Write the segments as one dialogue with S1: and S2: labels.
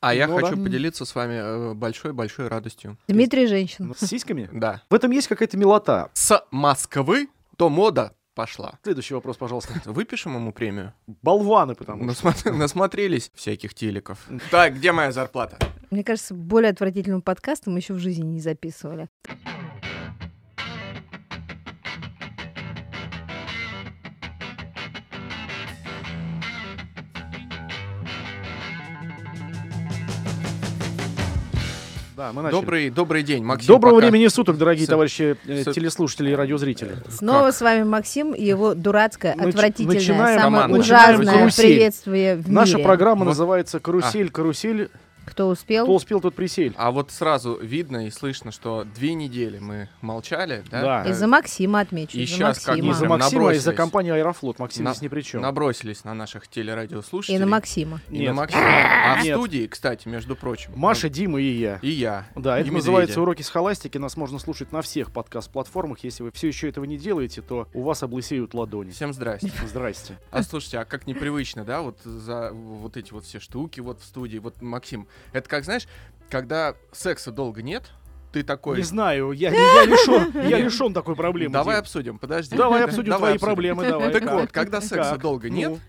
S1: А я
S2: Ну да.
S1: хочу поделиться с вами э, большой-большой радостью.
S3: Дмитрий женщина.
S2: Ну, С сиськами?
S1: Да.
S2: В этом есть какая-то милота.
S1: С Москвы то мода пошла.
S2: Следующий вопрос, пожалуйста.
S1: Выпишем ему премию?
S2: Болваны, потому А что.
S1: Насма- Насмотрелись всяких телеков. Так, где моя зарплата?
S3: Мне кажется, более отвратительного подкаста мы еще в жизни не записывали.
S2: Да, мы начали.
S1: Добрый, добрый день, Максим.
S2: Доброго
S1: пока.
S2: времени суток, дорогие
S1: С-
S2: товарищи э,
S1: с-
S2: телеслушатели и радиозрители.
S3: Снова
S1: Как?
S3: с вами Максим и его дурацкое,
S2: Нач-
S3: отвратительное,
S2: начинаем,
S3: самое
S1: Роман, начинаем
S3: ужасное
S2: карусель.
S3: приветствие в
S2: Наша
S3: мире.
S2: программа
S1: Вот.
S2: называется «Карусель, карусель».
S3: Кто успел?
S2: Кто успел, тот присель.
S1: А вот сразу видно и слышно, что две недели мы молчали, да?
S2: Да.
S1: Э,
S3: Из-за Максима отмечу.
S1: И
S3: из-за
S1: щас как
S2: Не
S3: Максима.
S2: за
S1: прям
S2: Максима, а из-за
S1: набросились.
S2: компании «Аэрофлот». Максим
S1: На-
S2: здесь ни при чем.
S1: Набросились на наших телерадиослушателей.
S3: И на Максима.
S1: И на
S2: Нет.
S1: Максима. А в
S2: Нет.
S1: студии, кстати, между прочим.
S2: Маша, Дима и я.
S1: И я.
S2: Да,
S1: и
S2: это
S1: медведи.
S2: называется «Уроки с холастики». Нас можно слушать на всех подкаст-платформах. Если вы все еще этого не делаете, то у вас облысеют ладони.
S1: Всем здрасте.
S2: Здрасте.
S1: А слушайте, а как непривычно, да, вот за вот эти вот все штуки вот в студии. Вот, Максим, это как, знаешь, когда секса долго нет, ты такой...
S2: Не знаю, я, я лишен, я лишен такой проблемы.
S1: давай
S2: Дим.
S1: обсудим, подожди.
S2: Давай обсудим
S1: Давай
S2: твои проблемы, давай.
S1: Так
S2: Как?
S1: вот, когда секса
S2: Как?
S1: долго нет,
S2: Ну,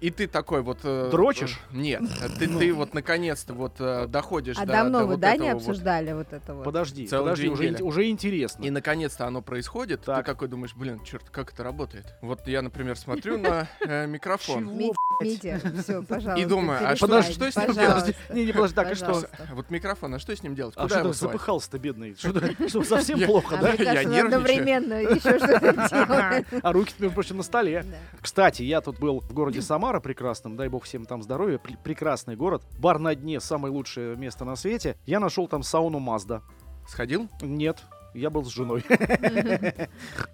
S1: и ты такой вот... э,
S2: Дрочишь? Ну.
S1: э, Нет, ты, ты вот наконец-то вот э, доходишь
S3: А
S1: до...
S3: давно
S1: до
S3: вы,
S1: вот
S3: да,
S1: этого
S3: не
S1: вот.
S3: обсуждали вот это вот?
S2: подожди,
S1: Целых
S2: подожди,
S1: две
S2: уже, ин-
S1: недели.
S2: уже интересно.
S1: И наконец-то оно происходит,
S2: Так.
S1: ты такой думаешь, блин, черт, как это работает? Вот я, например, смотрю на э, микрофон.
S3: Ми-
S2: Чего, блядь?
S3: Медиа, все, пожалуйста.
S1: И думаю, а что-
S3: перестань,
S1: что с ним
S3: пожалуйста,
S2: Не, не, подожди, так и что?
S3: пожалуйста.
S1: Вот микрофон, а что с ним делать?
S2: А
S1: Куда
S2: что
S1: его
S2: ты
S1: совать?
S2: запыхался-то, бедный? Что-то что, совсем
S1: Я-
S2: плохо,
S3: А
S2: да?
S3: мне
S1: Да, я
S3: кажется, он
S1: нервничаю.
S3: одновременно еще что-то делает.
S2: А руки, между прочим, на столе.
S3: Да.
S2: Кстати, я тут был в городе Самара прекрасном, дай бог всем там здоровья, пр- прекрасный город. Бар на дне, самое лучшее место на свете. Я нашел там сауну Мазда.
S1: Сходил?
S2: Нет, я был с женой.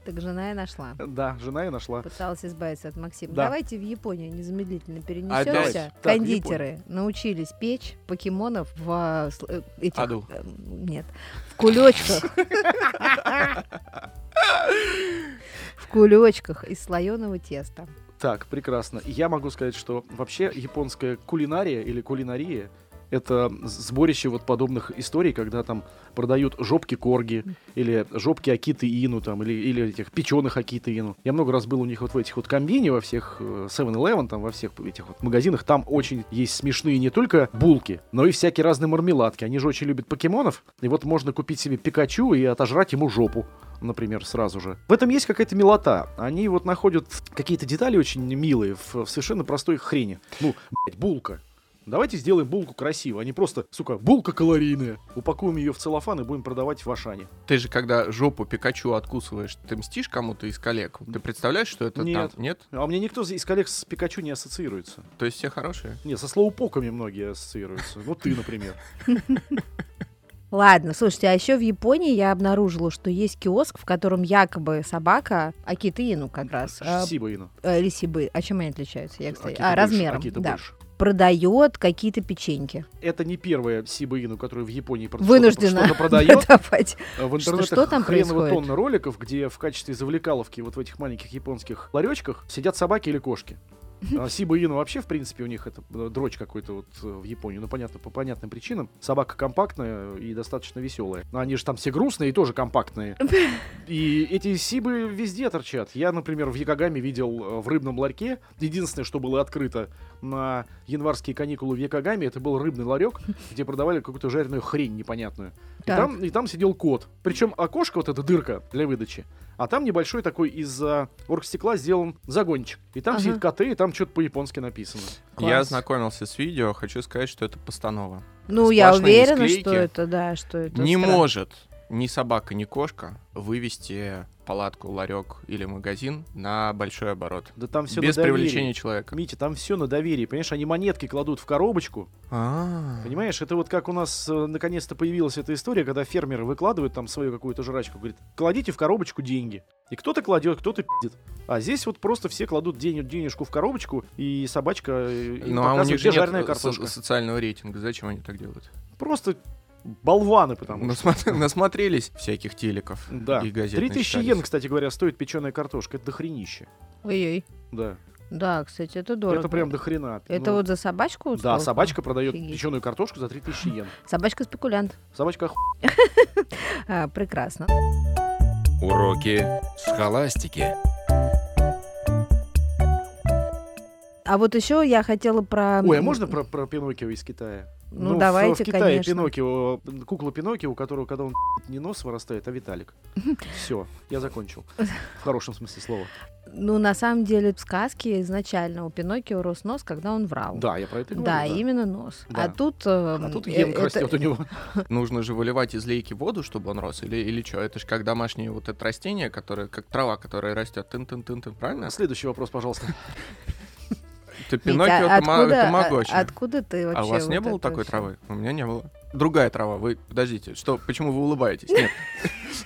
S3: Так жена и нашла.
S2: Да, жена я нашла.
S3: Пыталась избавиться от Максима.
S2: Да. А
S3: Давайте в Японию незамедлительно
S1: Опять?
S3: перенесемся.
S2: Так, в
S3: Кондитеры научились печь покемонов в а, с- э, этих...
S1: Аду.
S3: э, Нет. В кулечках. В кулечках из слоеного теста.
S2: Так, прекрасно. Я могу сказать, что вообще японская кулинария или кулинария это сборище вот подобных историй, когда там продают жопки корги или жопки акиты ину там или, или этих печеных акиты ину. Я много раз был у них вот в этих вот комбине во всех э, 7-Eleven, там во всех этих вот магазинах. Там очень есть смешные не только булки, но и всякие разные мармеладки. Они же очень любят покемонов. И вот можно купить себе Пикачу и отожрать ему жопу например, сразу же. В этом есть какая-то милота. Они вот находят какие-то детали очень милые в, в совершенно простой хрени. Ну, блядь, булка. Давайте сделаем булку красиво, а не просто, сука, булка калорийная. Упакуем ее в целлофан и будем продавать в Ашане.
S1: Ты же, когда жопу Пикачу откусываешь, ты мстишь кому-то из коллег? Ты представляешь, что это
S2: Нет.
S1: там? Нет?
S2: А мне никто из коллег с Пикачу не ассоциируется.
S1: То есть все хорошие?
S2: Не, со слоупоками многие ассоциируются. Ну, ты, например.
S3: Ладно, слушайте, а еще в Японии я обнаружила, что есть киоск, в котором якобы собака Акитыину как раз, э,
S2: Спасибо, Инна.
S3: э, или Сибы. А чем они отличаются? Я, кстати,
S2: Акита
S3: а,
S2: больше,
S3: размером,
S2: Акита
S3: да.
S2: больше.
S3: Продает какие-то печеньки.
S2: Это не первая Сиба Ину, которая в Японии прод-
S3: Вынуждена
S2: что-то продает.
S3: Давайте.
S2: А В интернетах
S3: что там
S2: хреново
S3: происходит?
S2: тонна роликов, где в качестве завлекаловки вот в этих маленьких японских ларечках сидят собаки или кошки. А Сиба Ину вообще, в принципе, у них это э, дрочь какой-то вот э, в Японии. Ну, понятно, по понятным причинам. Собака компактная и достаточно веселая. Но они же там все грустные и тоже компактные. И эти сибы везде торчат. Я, например, в Якогаме видел э, в рыбном ларьке. Единственное, что было открыто на январские каникулы в Якогаме, это был рыбный ларек, где продавали какую-то жареную хрень непонятную. И
S3: Так.
S2: там, и там сидел кот. Причем окошко, вот эта дырка для выдачи, а там небольшой такой из э, оргстекла сделан загончик. И там
S3: Ага.
S2: сидят коты, и там что-то по-японски написано.
S1: Я
S3: Класс.
S1: ознакомился с видео, хочу сказать, что это постанова.
S3: Ну, я
S1: Сплошные
S3: уверена,
S1: склейки.
S3: что это, да, что это.
S1: не
S3: странно.
S1: может ни собака, ни кошка вывести палатку, ларек или магазин на большой оборот.
S2: Да там все
S1: без
S2: на доверии.
S1: привлечения человека.
S2: Митя, там все на доверии. Понимаешь, они монетки кладут в коробочку,
S1: А.
S2: Понимаешь, это вот как у нас э, наконец-то появилась эта история, когда фермеры выкладывают там свою какую-то жрачку, говорит, кладите в коробочку деньги. И кто-то кладет, кто-то пиздит. А здесь вот просто все кладут ден- денежку в коробочку, и собачка э, им
S1: Ну а у
S2: показывает,
S1: них же
S2: где
S1: нет
S2: жареная
S1: со-
S2: картошка.
S1: социального рейтинга. Зачем они так делают?
S2: Просто болваны, потому что.
S1: Насма- Насмотрелись всяких телеков
S2: Да.
S1: и газет.
S2: 3000
S1: начитались.
S2: йен, кстати говоря, стоит печеная картошка. Это дохренище.
S3: Ой-ой.
S2: Да.
S3: Да, кстати, это дорого.
S2: Это прям до хрена.
S3: Это
S2: Ну,
S3: вот за собачку? вот
S2: Да,
S3: сколько?
S2: собачка продает
S3: Офигеть.
S2: печеную картошку за 3000 йен.
S3: Собачка-спекулянт.
S2: Собачка оху-
S3: А, прекрасно.
S4: Уроки схоластики.
S3: А вот еще я хотела про...
S2: Ой, а можно про, про Пиноккио из Китая?
S3: Ну,
S2: в-
S3: давайте,
S2: в Китае
S3: конечно.
S2: Пиноккио, э, кукла Пиноккио, у которого, когда он не нос вырастает, а Виталик. Все, я закончил. В хорошем смысле слова.
S3: Ну, на самом деле, в сказке изначально у Пиноккио рос нос, когда он врал.
S2: Да, я про это и говорю.
S3: Да, именно нос.
S2: Да.
S3: А тут... эм,
S2: А тут
S3: э-
S2: емка
S3: это-
S2: растет у него.
S1: Нужно же выливать из лейки воду, чтобы он рос, или, или что? Это же как домашнее вот это растение, которое, как трава, которая растет. Тын-тын-тын-тын, правильно?
S2: Следующий вопрос, пожалуйста.
S1: Ты
S3: Митя,
S1: Пиноккио, это ма-
S3: откуда-
S1: это
S3: а-
S1: Магочи.
S3: Откуда ты вообще?
S1: А у вас не
S3: вот
S1: было
S3: это
S1: такой
S3: всё?
S1: травы? У меня не было. Другая трава. Вы подождите, что? Почему вы улыбаетесь? Нет.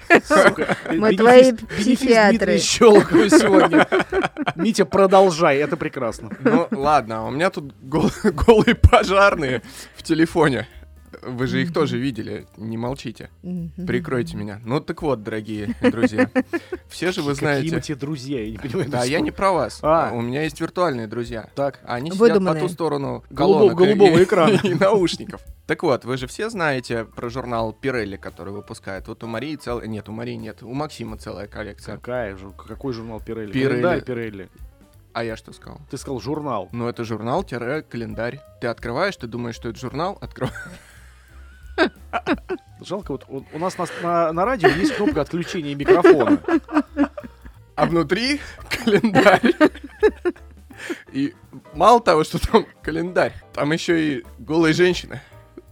S2: Сука,
S3: Мы
S2: бенефис-
S3: твои
S2: бенефис
S3: психиатры.
S2: Дмитрия Щелокова сегодня. Митя, продолжай, это прекрасно.
S1: Ну ладно, а у меня тут гол- голые пожарные в телефоне. Вы же их тоже видели, не молчите.
S3: Мгм.
S1: Прикройте меня. Ну так вот, дорогие друзья, все же вы
S2: Какие мы
S1: знаете.
S2: тебе друзья, я не понимаю.
S1: Да,
S2: это
S1: я
S2: что?
S1: не про вас.
S2: А.
S1: У меня есть виртуальные друзья.
S2: Так,
S1: Они
S3: Выдуманные.
S1: сидят по ту сторону
S2: Голубого-
S1: колонок
S2: голубого
S1: и-
S2: экрана.
S1: и наушников. Так вот, вы же все знаете про журнал Пирелли, который выпускает. Вот у Марии целая... Нет, у Марии нет. У Максима целая коллекция.
S2: какая же, какой журнал Пирелли?
S1: Пирелли.
S2: Календарь Пирелли.
S1: А я что сказал?
S2: Ты сказал журнал.
S1: Ну, это журнал-календарь. Ты открываешь, ты думаешь, что это журнал, открываешь.
S2: Жалко, вот у, у нас на, на- на радио есть кнопка отключения микрофона.
S1: А внутри календарь. И мало того, что там календарь, там еще и голые женщины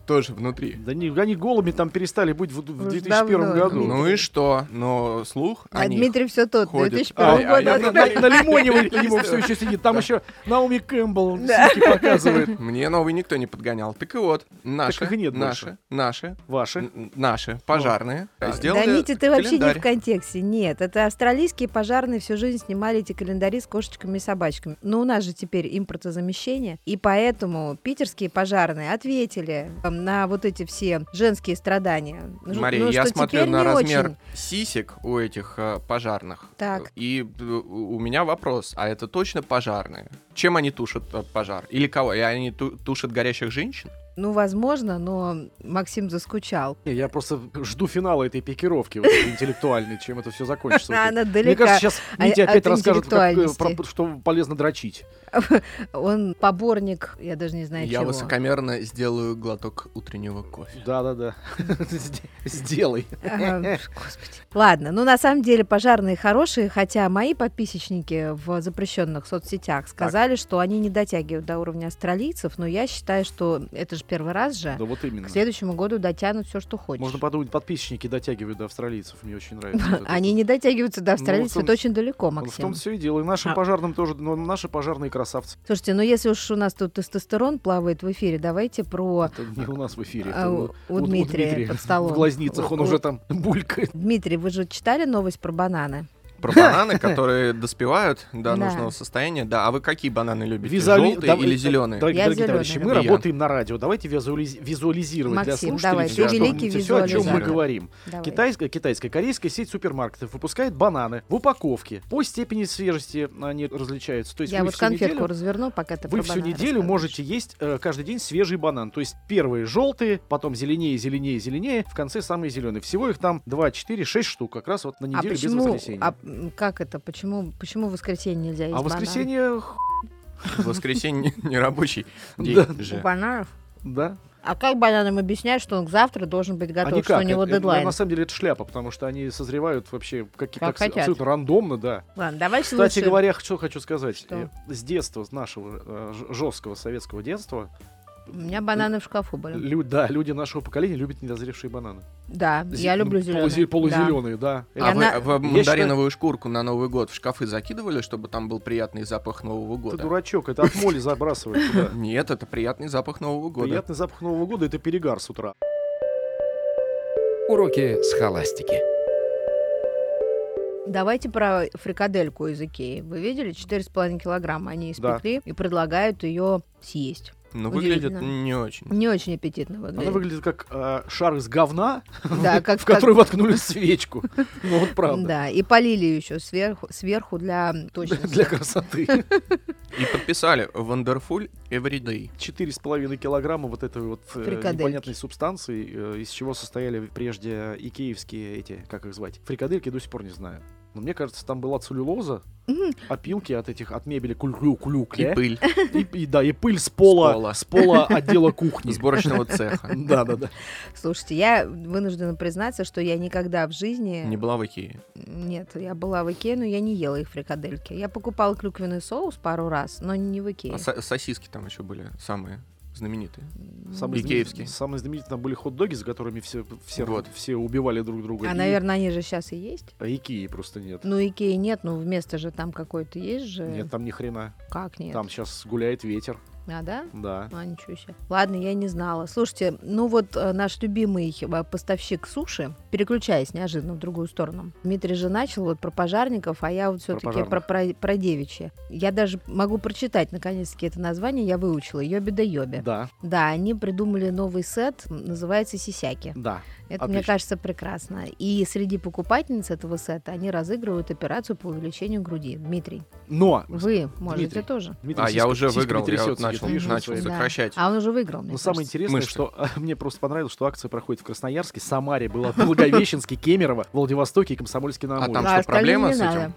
S1: тоже внутри.
S2: Да не, они голыми там перестали быть в, в
S3: Уж
S2: 2001
S3: давно.
S2: году.
S1: Ну и что? Но слух
S3: А
S1: о них
S3: Дмитрий все тот,
S1: ходит.
S3: 2001
S2: А,
S1: Ой, а
S3: года.
S1: я-
S2: на, на- на Лимоневой ему все еще сидит. Там еще Науми Кэмпбелл
S3: Да.
S2: сиськи показывает.
S1: Мне новый никто не подгонял. Так и вот, наши,
S2: их и нет
S1: наши,
S2: больше.
S1: наши,
S2: Ваши.
S1: н- наши, пожарные
S2: Да.
S1: А, сделали
S3: да, Митя, ты вообще не
S1: календарь.
S3: в контексте. Нет, это австралийские пожарные всю жизнь снимали эти календари с кошечками и собачками. Но у нас же теперь импортозамещение, и поэтому питерские пожарные ответили э, на вот эти все женские страдания. Ж-
S1: Мария,
S3: ну,
S1: я
S3: что
S1: смотрю
S3: теперь
S1: на
S3: не
S1: размер
S3: очень.
S1: сисек у этих э, пожарных.
S3: Так.
S1: И э, у у меня вопрос, а это точно пожарные? Чем они тушат э, пожар? Или кого? И они ту- тушат горящих женщин?
S3: Ну, возможно, но Максим заскучал.
S2: Не, Я просто жду финала этой пикировки вот этой интеллектуальной, чем это все закончится. Вот
S3: Она
S2: Мне
S3: далека.
S2: кажется, сейчас
S3: а-
S2: Митя
S3: от
S2: опять расскажет, как, э,
S3: интеллектуальности.
S2: про- что полезно дрочить.
S3: Он поборник, я даже не знаю
S1: я
S3: чего.
S1: высокомерно сделаю глоток утреннего кофе.
S2: Да-да-да. Сделай.
S3: Ага, Господи. Ладно, ну на самом деле пожарные хорошие, хотя мои подписчники в запрещенных соцсетях сказали, что они не дотягивают до уровня австралийцев, но я считаю, что это же первый раз же.
S2: Да вот именно.
S3: К следующему году дотянут все, что хочешь.
S2: Можно подумать, подписчики дотягивают до австралийцев, мне очень нравится. вот это
S3: Они
S2: вот.
S3: не дотягиваются до
S2: Ну,
S3: австралийцев,
S2: в том-
S3: это очень
S2: Ну,
S3: далеко,
S2: В том
S3: Максим.
S2: все и дело. И нашим
S3: А.
S2: пожарным тоже, но наши пожарные красавцы.
S3: Слушайте, ну если уж у нас тут тестостерон плавает в эфире, давайте про
S2: Это не у нас в эфире.
S3: а,
S2: это
S3: у, у Дмитрия под столом.
S2: В глазницах он
S3: У-
S2: уже
S3: у-
S2: там булькает.
S3: Дмитрий, вы же читали новость про бананы?
S1: Про бананы, которые доспевают
S3: Да.
S1: до нужного состояния. Да, а вы какие бананы любите?
S2: Визуали-
S1: Желтые
S2: давай-
S1: или зеленые?
S2: Дорогие,
S3: Я
S2: дорогие
S3: зеленая.
S2: товарищи, мы
S1: И я.
S2: работаем на радио. Давайте визуализ- визуализировать для
S3: Максим,
S2: слушателей
S3: давай,
S1: ты
S2: всё, что-
S1: великий
S2: всё, о чем мы
S1: визуализатор.
S2: говорим.
S3: Давай.
S2: Китайская, китайская, корейская сеть супермаркетов выпускает бананы в упаковке. По степени свежести они различаются. То есть
S3: Я
S2: вы
S3: вот
S2: всю
S3: конфетку
S2: неделю-
S3: разверну, пока ты
S2: Вы
S3: про
S2: всю
S3: бананы
S2: неделю
S3: рассказываешь.
S2: можете есть э, каждый день свежий банан. То есть первые желтые, потом зеленее, зеленее, зеленее, в конце самые зеленые. Всего их там 2, 4, 6 штук, как раз вот на
S3: А
S2: неделю без
S3: почему?
S2: воскресенья.
S3: А м, как это? Почему? Почему в воскресенье нельзя есть
S2: А
S3: бананы?
S2: воскресенье, х-
S1: В воскресенье нерабочий день
S2: Да.
S1: же.
S3: У бананов?
S2: да.
S3: А как бананам объяснять, что он к завтра должен быть готов,
S2: Они
S3: что
S2: как? Э,
S3: у него
S2: Это- это,
S3: дедлайн?
S2: на самом деле это шляпа, потому что они созревают вообще как,
S3: Как
S2: как с-
S3: хотят.
S2: абсолютно рандомно, да.
S3: Ладно, давай
S2: Кстати
S3: слушаем.
S2: говоря, что хочу сказать.
S3: Что?
S2: Э, С детства, с нашего э, ж- жесткого советского детства,
S3: У меня бананы в шкафу были.
S2: лю- да, люди нашего поколения любят недозревшие бананы.
S3: Да, я
S2: Зе-
S3: люблю
S2: ну,
S3: зеленые.
S2: полузе- Полузеленые, да.
S1: А
S3: Я
S1: вы,
S3: на-
S1: а вы
S2: Я
S1: мандариновую шкурку на Новый год в шкафы закидывали, чтобы там был приятный запах Нового
S2: Ты
S1: года?
S2: дурачок, это от моли забрасывает туда.
S1: Нет, это приятный запах Нового года.
S2: Приятный запах Нового года это перегар с утра.
S4: Уроки схоластики.
S3: Давайте про фрикадельку из Икеи. Вы видели? 4,5 килограмма они
S2: Да.
S3: испекли и предлагают ее съесть.
S1: Но Ну, выглядит
S3: удивительно.
S1: не очень.
S3: Не очень аппетитно выглядит.
S2: Она выглядит как э, шар из говна,
S3: Да, как
S2: в который воткнули свечку. Ну вот правда.
S3: Да, и полили еще сверху, сверху для
S2: Для
S3: точности.
S2: для красоты.
S1: И подписали Wonderful Everyday.
S2: 4,5 килограмма вот этой вот э,
S3: Фрикадельки.
S2: непонятной субстанции, э, из чего состояли прежде и киевские эти, как их звать, фрикадельки, до сих пор не знаю. Но мне кажется, там была целлюлоза,
S3: Мгм.
S2: опилки от этих, от мебели кулю клю
S1: И пыль
S2: и, и- да, и пыль с пола,
S1: С пола.
S2: с пола отдела кухни.
S1: сборочного цеха.
S2: Да, да, да.
S3: Слушайте, я вынуждена признаться, что я никогда в жизни...
S1: Не была в Икее.
S3: Нет, я была в Икее, но я не ела их фрикадельки. Я покупала клюквенный соус пару раз, но не в Икее.
S1: А со- сосиски там еще были самые знаменитые.
S3: М,
S2: Самые
S1: Икеевские.
S2: знаменитые- Самые знаменитые там были хот-доги, с которыми все, все,
S1: Вот.
S2: все убивали друг друга.
S3: А,
S2: И-
S3: наверное, они же сейчас и есть.
S2: а Икеи просто нет.
S3: Ну, Икеи нет, ну, вместо же там какой-то есть же.
S2: Нет, там ни хрена.
S3: Как э, нет?
S2: Там сейчас гуляет ветер,
S3: А, да?
S2: да.
S3: А, ничего себе. Ладно, я не знала. Слушайте, ну вот э, наш любимый э, поставщик суши, переключаясь неожиданно в другую сторону, Дмитрий же начал вот про пожарников, а я вот все-таки про,
S2: пожарных.
S3: про, про девичьи. Я даже могу прочитать наконец-таки это название, я выучила. Йоби да йоби.
S2: Да,
S3: Да, они придумали новый сет, м, называется «Сисяки».
S2: да.
S3: Это, мне
S2: Отлично.
S3: кажется, прекрасно. И среди покупательниц этого сета они разыгрывают операцию по увеличению груди. Дмитрий,
S2: Но
S3: вы можете
S2: Дмитрий.
S3: тоже.
S2: Дмитрий
S1: А, я
S2: сиська-
S1: уже
S2: сиськами
S1: выиграл, я вот
S2: трясётся,
S1: начал
S2: я вижу
S1: начал
S2: свои.
S3: Да.
S1: сокращать.
S3: А он уже выиграл, мне
S2: Но самое
S3: кажется.
S2: интересное,
S1: Мышцы.
S2: что а, мне просто понравилось, что акция проходит в Красноярске, Самаре, была Благовещенске, Кемерово, Владивостоке и Комсомольске на
S1: А
S2: Амуре.
S1: там
S3: Да,
S1: что,
S3: остальные
S1: проблема
S3: не
S1: с
S3: надо.
S1: этим?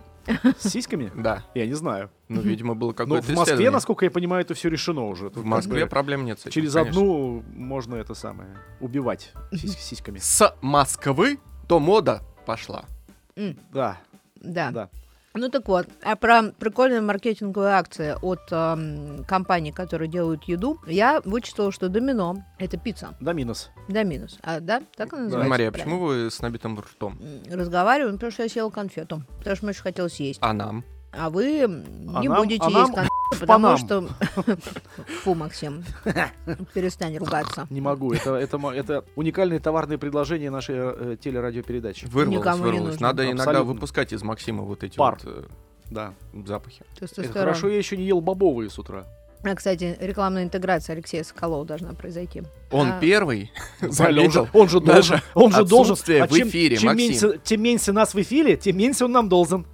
S2: С сиськами?
S1: Да.
S2: Я не знаю.
S1: Ну, видимо, было
S2: Но
S1: какое-то
S2: в Москве,
S1: исследование.
S2: насколько я понимаю, это все решено уже.
S1: В
S2: Тут как
S1: Москве
S2: бы
S1: проблем нет с этим,
S2: Через
S1: конечно.
S2: одну можно это самое убивать сись- сиськами.
S1: С Москвы то мода пошла.
S2: Да,
S3: Да.
S2: да.
S3: Ну так вот, а про прикольную маркетинговую акцию от эм, компаний, которые делают еду, я вычитала, что домино — это пицца.
S2: Да, минус.
S3: Доминус. А, да? Так она
S2: Да.
S3: называется?
S2: Давайте
S1: Ну, Мария,
S3: правильно.
S1: почему вы с набитым ртом?
S3: М, Разговариваем, потому что я съела конфету. Потому что мне очень хотелось есть.
S1: А нам?
S3: А вы м,
S2: А
S3: не
S2: нам-
S3: будете
S2: а
S3: есть
S2: нам
S3: конфету, потому
S2: панам.
S3: что... Фу, Максим, перестань ругаться.
S2: Не могу. Это, это, мо- это уникальное товарное предложение нашей э, телерадиопередачи.
S1: Вырвалось,
S3: Никому не
S1: вырвалось.
S3: нужно.
S1: Надо иногда
S2: Абсолютно.
S1: выпускать из Максима вот эти
S2: Пар.
S1: вот э,
S2: Да.
S1: запахи.
S2: Это
S3: Тестостерон.
S2: хорошо, я еще не ел бобовые с утра.
S3: А, кстати, рекламная интеграция Алексея Соколова должна произойти.
S1: Он
S3: А.
S1: первый
S2: Правильно, он
S1: заметил.
S2: же, он же должен.
S1: наше
S2: Он же должен. А
S1: отсутствие в
S2: чем,
S1: эфире,
S2: чем
S1: Максим.
S2: меньше, тем меньше нас в эфире, тем меньше он нам должен.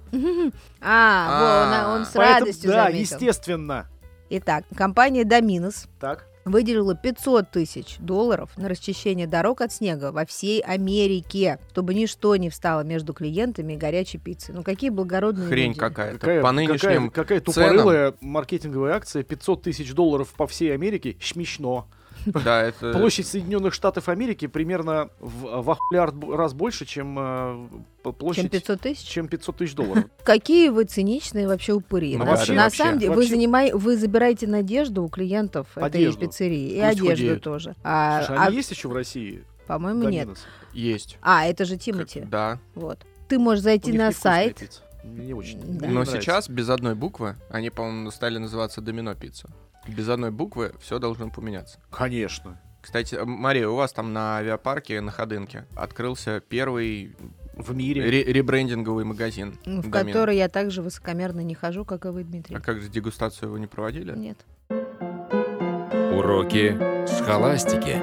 S3: А,
S1: А.
S3: во, он, он с
S2: Поэтому-
S3: радостью
S2: да,
S3: заметил.
S2: естественно.
S3: Итак, компания Доминус
S2: Так.
S3: выделила 500 тысяч долларов на расчищение дорог от снега во всей Америке, чтобы ничто не встало между клиентами и горячей пиццей. Ну какие благородные
S1: Хрень
S3: люди.
S1: какая-то.
S2: Какая,
S1: По нынешним...
S2: какая, какая
S1: ценам.
S2: тупорылая маркетинговая акция 500 тысяч долларов по всей Америке. Смешно.
S1: Да, это...
S2: Площадь Соединенных Штатов Америки примерно в, в охуляр б- раз больше, чем э, п- площадь...
S3: Чем 500 тысяч?
S2: чем 500 тысяч долларов.
S3: Какие вы циничные вообще упыри.
S1: Ну,
S3: На-
S1: вообще,
S3: на
S1: вообще.
S3: самом деле, вы,
S2: Вообще.
S3: занимай- вы забираете надежду у клиентов
S2: Одежду.
S3: этой пиццерии. И
S1: Пусть
S3: одежду
S1: худеют.
S3: тоже. А,
S2: Слушай,
S3: а,
S2: они есть еще в России?
S3: по-моему, нет.
S2: Доминос?
S1: Есть.
S3: А, это же
S1: Как-
S3: Тимати.
S1: Да.
S3: Вот. Ты можешь
S2: У
S3: зайти
S2: них
S3: на
S2: невкусная
S3: сайт.
S2: пицца. Не очень.
S3: Да.
S2: Мне не
S1: Но
S2: нравится.
S1: сейчас без одной буквы, они, по-моему, стали называться домино пицца. Без одной буквы все должно поменяться.
S2: Конечно.
S1: Кстати, э, Мария, у вас там на авиапарке на Ходынке открылся первый
S2: В мире.
S1: ре- ребрендинговый магазин.
S3: Ну, в
S1: Домина.
S3: который я также высокомерно не хожу, как и вы, Дмитрий.
S1: А как же дегустацию вы не проводили?
S3: Нет.
S4: Уроки схоластики.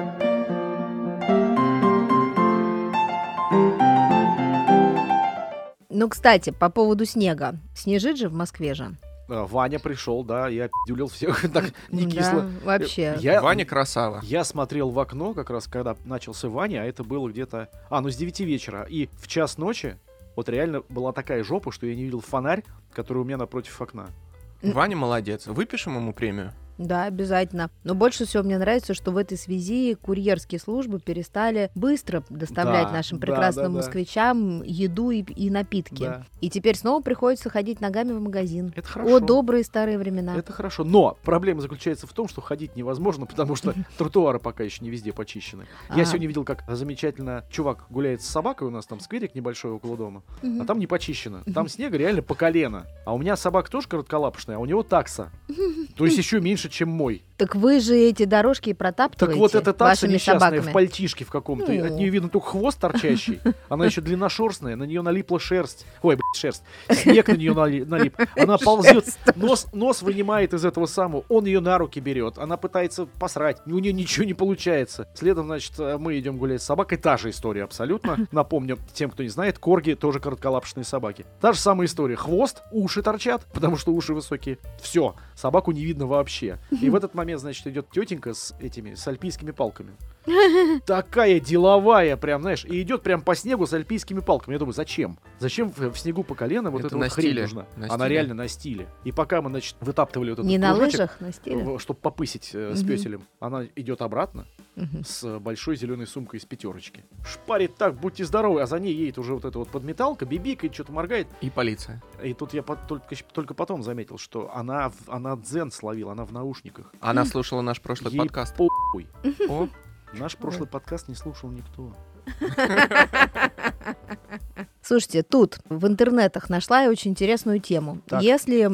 S3: Ну, кстати, по поводу снега. Снежит же в Москве же.
S2: А, Ваня пришел, да, я пиздюлил всех так не
S3: Да,
S2: кисло.
S3: вообще.
S2: Я,
S1: Ваня красава.
S2: я смотрел в окно, как раз когда начался Ваня, а это было где-то... А, ну с 9 вечера. И в час ночи вот реально была такая жопа, что я не видел фонарь, который у меня напротив окна.
S3: М.
S1: Ваня молодец. Выпишем ему премию.
S3: Да, обязательно. Но больше всего мне нравится, что в этой связи курьерские службы перестали быстро доставлять
S2: Да,
S3: нашим
S2: да,
S3: прекрасным
S2: да, да.
S3: москвичам еду и, и напитки.
S2: Да.
S3: И теперь снова приходится ходить ногами в магазин.
S2: Это хорошо.
S3: О, добрые старые времена.
S2: Это хорошо. Но проблема заключается в том, что ходить невозможно, потому что тротуары пока еще не везде почищены.
S3: А.
S2: Я сегодня видел, как замечательно чувак гуляет с собакой. У нас там скверик небольшой около дома.
S3: Мгм.
S2: А там не почищено. Там снега реально по колено. А у меня собака тоже коротколапушная, а у него такса. То есть еще меньше, чем мой.
S3: Так вы же эти дорожки и
S2: Так
S3: протаптываете
S2: вот эта такса
S3: вашими
S2: несчастная
S3: собаками.
S2: в пальтишке в каком-то, и от
S3: Ну.
S2: нее видно только хвост торчащий, она еще длинношерстная, на нее налипла шерсть, ой, блядь, шерсть, снег на нее налип, она ползет, нос, нос вынимает из этого самого, он ее на руки берет, она пытается посрать, у нее ничего не получается. Следом, значит, э, мы идем гулять с собакой, та же история абсолютно. Напомню тем, кто не знает, корги тоже коротколапшные собаки. Та же самая история, хвост, уши торчат, потому что уши высокие. Все, собаку не видно вообще. И в этот момент, значит, идет тетенька с этими, с альпийскими палками. Такая деловая, прям, знаешь, и идет прям по снегу с альпийскими палками. Я думаю, зачем? Зачем в в снегу по колено вот
S1: Это
S2: эта
S1: на
S2: вот хрень
S1: стиле.
S2: нужна?
S1: На
S2: Она
S1: стиле.
S2: реально на стиле. И пока мы, значит, вытаптывали вот этот
S3: Не на
S2: кружочек,
S3: лыжах, на стиле.
S2: чтобы попысить э, с
S3: Мгм.
S2: пёселем, она идет обратно
S3: Мгм.
S2: с э, большой зеленой сумкой из пятерочки. Шпарит так, будьте здоровы, а за ней едет уже вот эта вот подметалка, бибикает, что-то моргает.
S1: И полиция.
S2: И тут я по- только, щ- только потом заметил, что она, в- она дзен словила, она в наушниках.
S1: Она слушала наш прошлый
S2: Ей
S1: подкаст.
S2: похуй.
S1: О,
S2: Наш прошлый подкаст не слушал никто.
S3: Слушайте, тут в интернетах нашла я очень интересную тему.
S2: Так.
S3: Если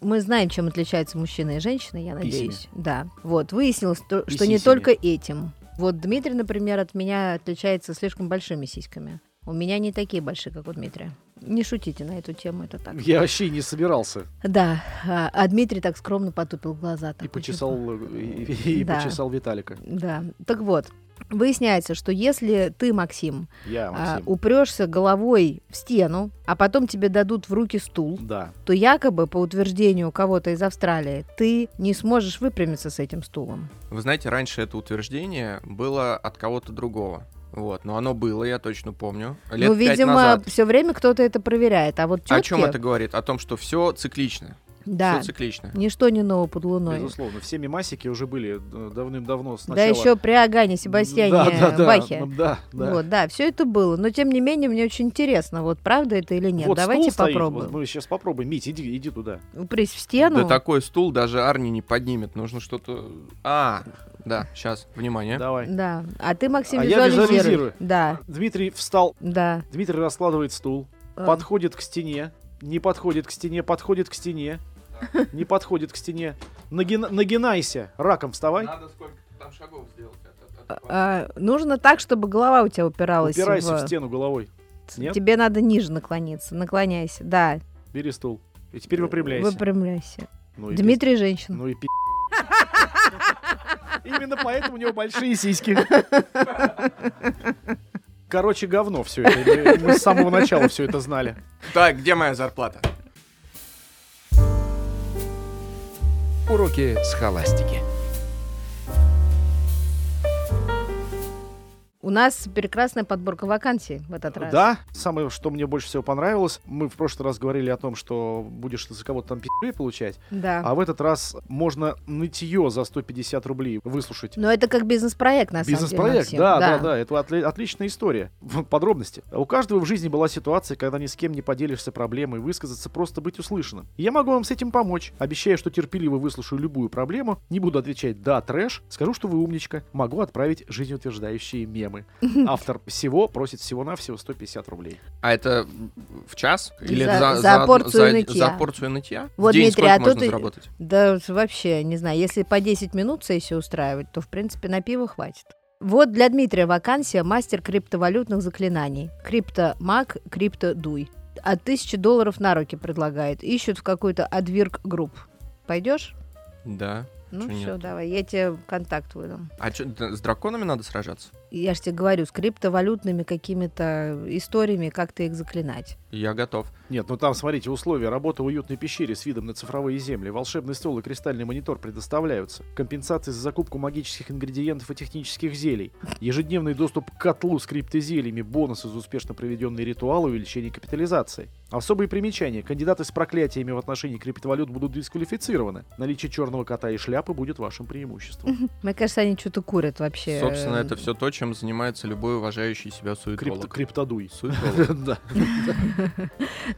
S3: мы знаем, чем отличаются мужчины и женщины, я надеюсь. Да. Вот, выяснилось, то- что не
S2: сисями.
S3: только этим. Вот Дмитрий, например, от меня отличается слишком большими сиськами. У меня не такие большие, как у Дмитрия. Не шутите на эту тему, это так.
S2: Я вообще не собирался.
S3: Да, а, а Дмитрий так скромно потупил глаза.
S2: И
S3: такой, типа,
S2: почесал, э, и, и
S3: Да.
S2: почесал Виталика.
S3: Да, так вот. Выясняется, что если ты, Максим,
S2: Я,
S3: а,
S2: Максим.
S3: упрешься головой в стену, а потом тебе дадут в руки стул,
S2: Да.
S3: то якобы, по утверждению кого-то из Австралии, ты не сможешь выпрямиться с этим стулом.
S1: Вы знаете, раньше это утверждение было от кого-то другого. Вот, но оно было, я точно помню. Лет
S3: ну,
S1: пять
S3: видимо,
S1: назад.
S3: все время кто-то это проверяет. А вот тетки,
S1: О чем это говорит? О том, что все циклично.
S3: да,
S1: Все циклично.
S3: ничто не ново под
S2: Ну
S3: луной.
S2: Безусловно, все мимасики уже были э, давным-давно сначала.
S3: Да еще при Агане, Себастьяне,
S2: да, да, Да,
S3: Бахе.
S2: да, да.
S3: Вот, да, все это было. Но тем не менее, мне очень интересно, вот правда это или нет.
S2: Вот
S3: Давайте
S2: стул стоит,
S3: попробуем.
S2: вот мы сейчас попробуем. Мить, иди, иди туда.
S3: Упрись в стену.
S1: Да такой стул даже Арни не поднимет. Нужно что-то... А, да, сейчас, внимание.
S2: Давай.
S3: Да. А ты, Максим,
S2: А я
S3: визуализируй.
S2: визуализирую.
S3: Да,
S2: Дмитрий встал.
S3: да.
S2: Дмитрий раскладывает стул.
S3: Э,
S2: Подходит к стене. Не подходит к стене. Подходит к стене. Не подходит к стене. Нагина- нагинайся. Раком вставай.
S1: Надо сколько там шагов сделать.
S3: а, нужно так, чтобы голова у тебя упиралась.
S2: Упирайся в
S3: в-
S2: стену головой. Нет?
S3: Тебе надо ниже наклониться. Наклоняйся, да.
S2: Бери стул. И теперь выпрямляйся.
S3: Выпрямляйся.
S2: Ну и
S3: Дмитрий
S2: пи-
S3: женщина.
S2: Ну и пи- Именно поэтому у него большие сиськи. Короче, говно все это. Мы- Мы с самого начала все это знали.
S1: Так, где моя зарплата?
S4: Уроки схоластики.
S3: У нас прекрасная подборка вакансий в этот раз.
S2: Да, А самое, что мне больше всего понравилось, мы в прошлый раз говорили о том, что будешь ты за кого-то там пи***ли получать,
S3: Да.
S2: а в этот раз можно нытье за 150 рублей выслушать.
S3: Но это как бизнес-проект, на самом деле.
S2: Бизнес-проект,
S3: Максим.
S2: да, да, да, это отли- отличная история. В Подробности. У каждого в жизни была ситуация, когда ни с кем не поделишься проблемой, высказаться, просто быть услышанным. Я могу вам с этим помочь. Обещаю, что терпеливо выслушаю любую проблему, не буду отвечать «да, трэш», скажу, что вы умничка, могу отправить жизнеутверждающие мемы. Автор всего просит всего-навсего 150 рублей.
S1: А это в час? Или
S3: За-
S1: за,
S3: за
S1: за-
S3: порцию
S1: за-
S3: нытья.
S1: за порцию нытья?
S3: Вот,
S1: в день
S3: Дмитрий,
S1: сколько
S3: а
S1: можно
S3: тут и-
S1: заработать?
S3: Да с- вообще, не знаю, если по 10 минут сессию устраивать, то, в принципе, на пиво хватит. Вот для Дмитрия вакансия мастер криптовалютных заклинаний. Криптомаг, криптодуй. От 1000 долларов на руки предлагает. Ищут в какой-то адвирк групп. Пойдешь?
S1: Да.
S3: Ну
S1: Чё
S3: все,
S1: нет?
S3: давай, я тебе контакт выдам.
S1: А что, с драконами надо сражаться?
S3: Я же тебе говорю, с криптовалютными какими-то историями, как ты их заклинать.
S1: Я готов.
S2: Нет, ну там, смотрите, условия работы в уютной пещере с видом на цифровые земли, волшебный стол и кристальный монитор предоставляются, компенсации за закупку магических ингредиентов и технических зелий, ежедневный доступ к котлу с криптозельями, бонусы за успешно проведенные ритуалы, увеличение капитализации. Особые примечания. Кандидаты с проклятиями в отношении криптовалют будут дисквалифицированы. Наличие черного кота и шляпы будет вашим преимуществом.
S3: Мне кажется, они что-то курят вообще.
S1: Собственно, это все то, чем занимается любой уважающий себя суетолог.
S2: Крипто- Криптодуй.
S1: Суетолог.
S2: Да.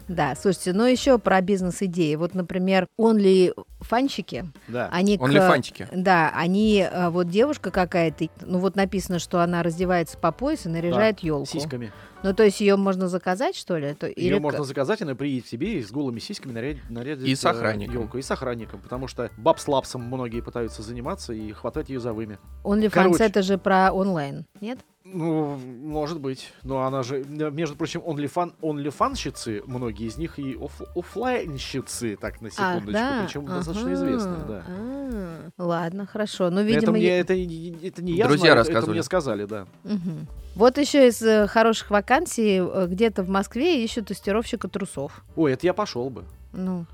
S3: Да, слушайте, ну еще про бизнес-идеи. Вот, например, онли фанчики,
S2: Да.
S3: они к-
S1: Он ли фантики?
S3: Да, они, э, вот девушка какая-то, ну вот написано, что она раздевается по пояс и наряжает елку.
S2: Сиськами.
S3: Ну то есть ее можно заказать, что ли? То- или
S2: Ее
S3: к-
S2: можно наказательно приедет к тебе и с голыми сиськами нарядит, нарядит
S1: И с охранником.
S2: Елку, и с охранником, потому что баб с лапсом многие пытаются заниматься и хватать ее за вымя.
S3: OnlyFans
S2: Короче.
S3: это же про онлайн, нет?
S2: Ну, может быть. Но она же, м, между прочим, онлифан, онлифанщицы, многие из них и оф, оффлайнщицы, так на
S3: А,
S2: секундочку,
S3: да?
S2: причем достаточно
S3: Ага.
S2: известные, да.
S3: А, Ладно, хорошо. Ну,
S2: это
S3: видимо,
S2: мне,
S3: е-
S2: это, не- это не я
S1: Друзья
S2: знаю, это- это
S1: рассказывали.
S2: мне сказали, да.
S3: Мгм. Вот еще из э, хороших вакансий э, где-то в Москве ищут тестировщика трусов.
S2: Ой, это я пошел бы.
S3: Ну,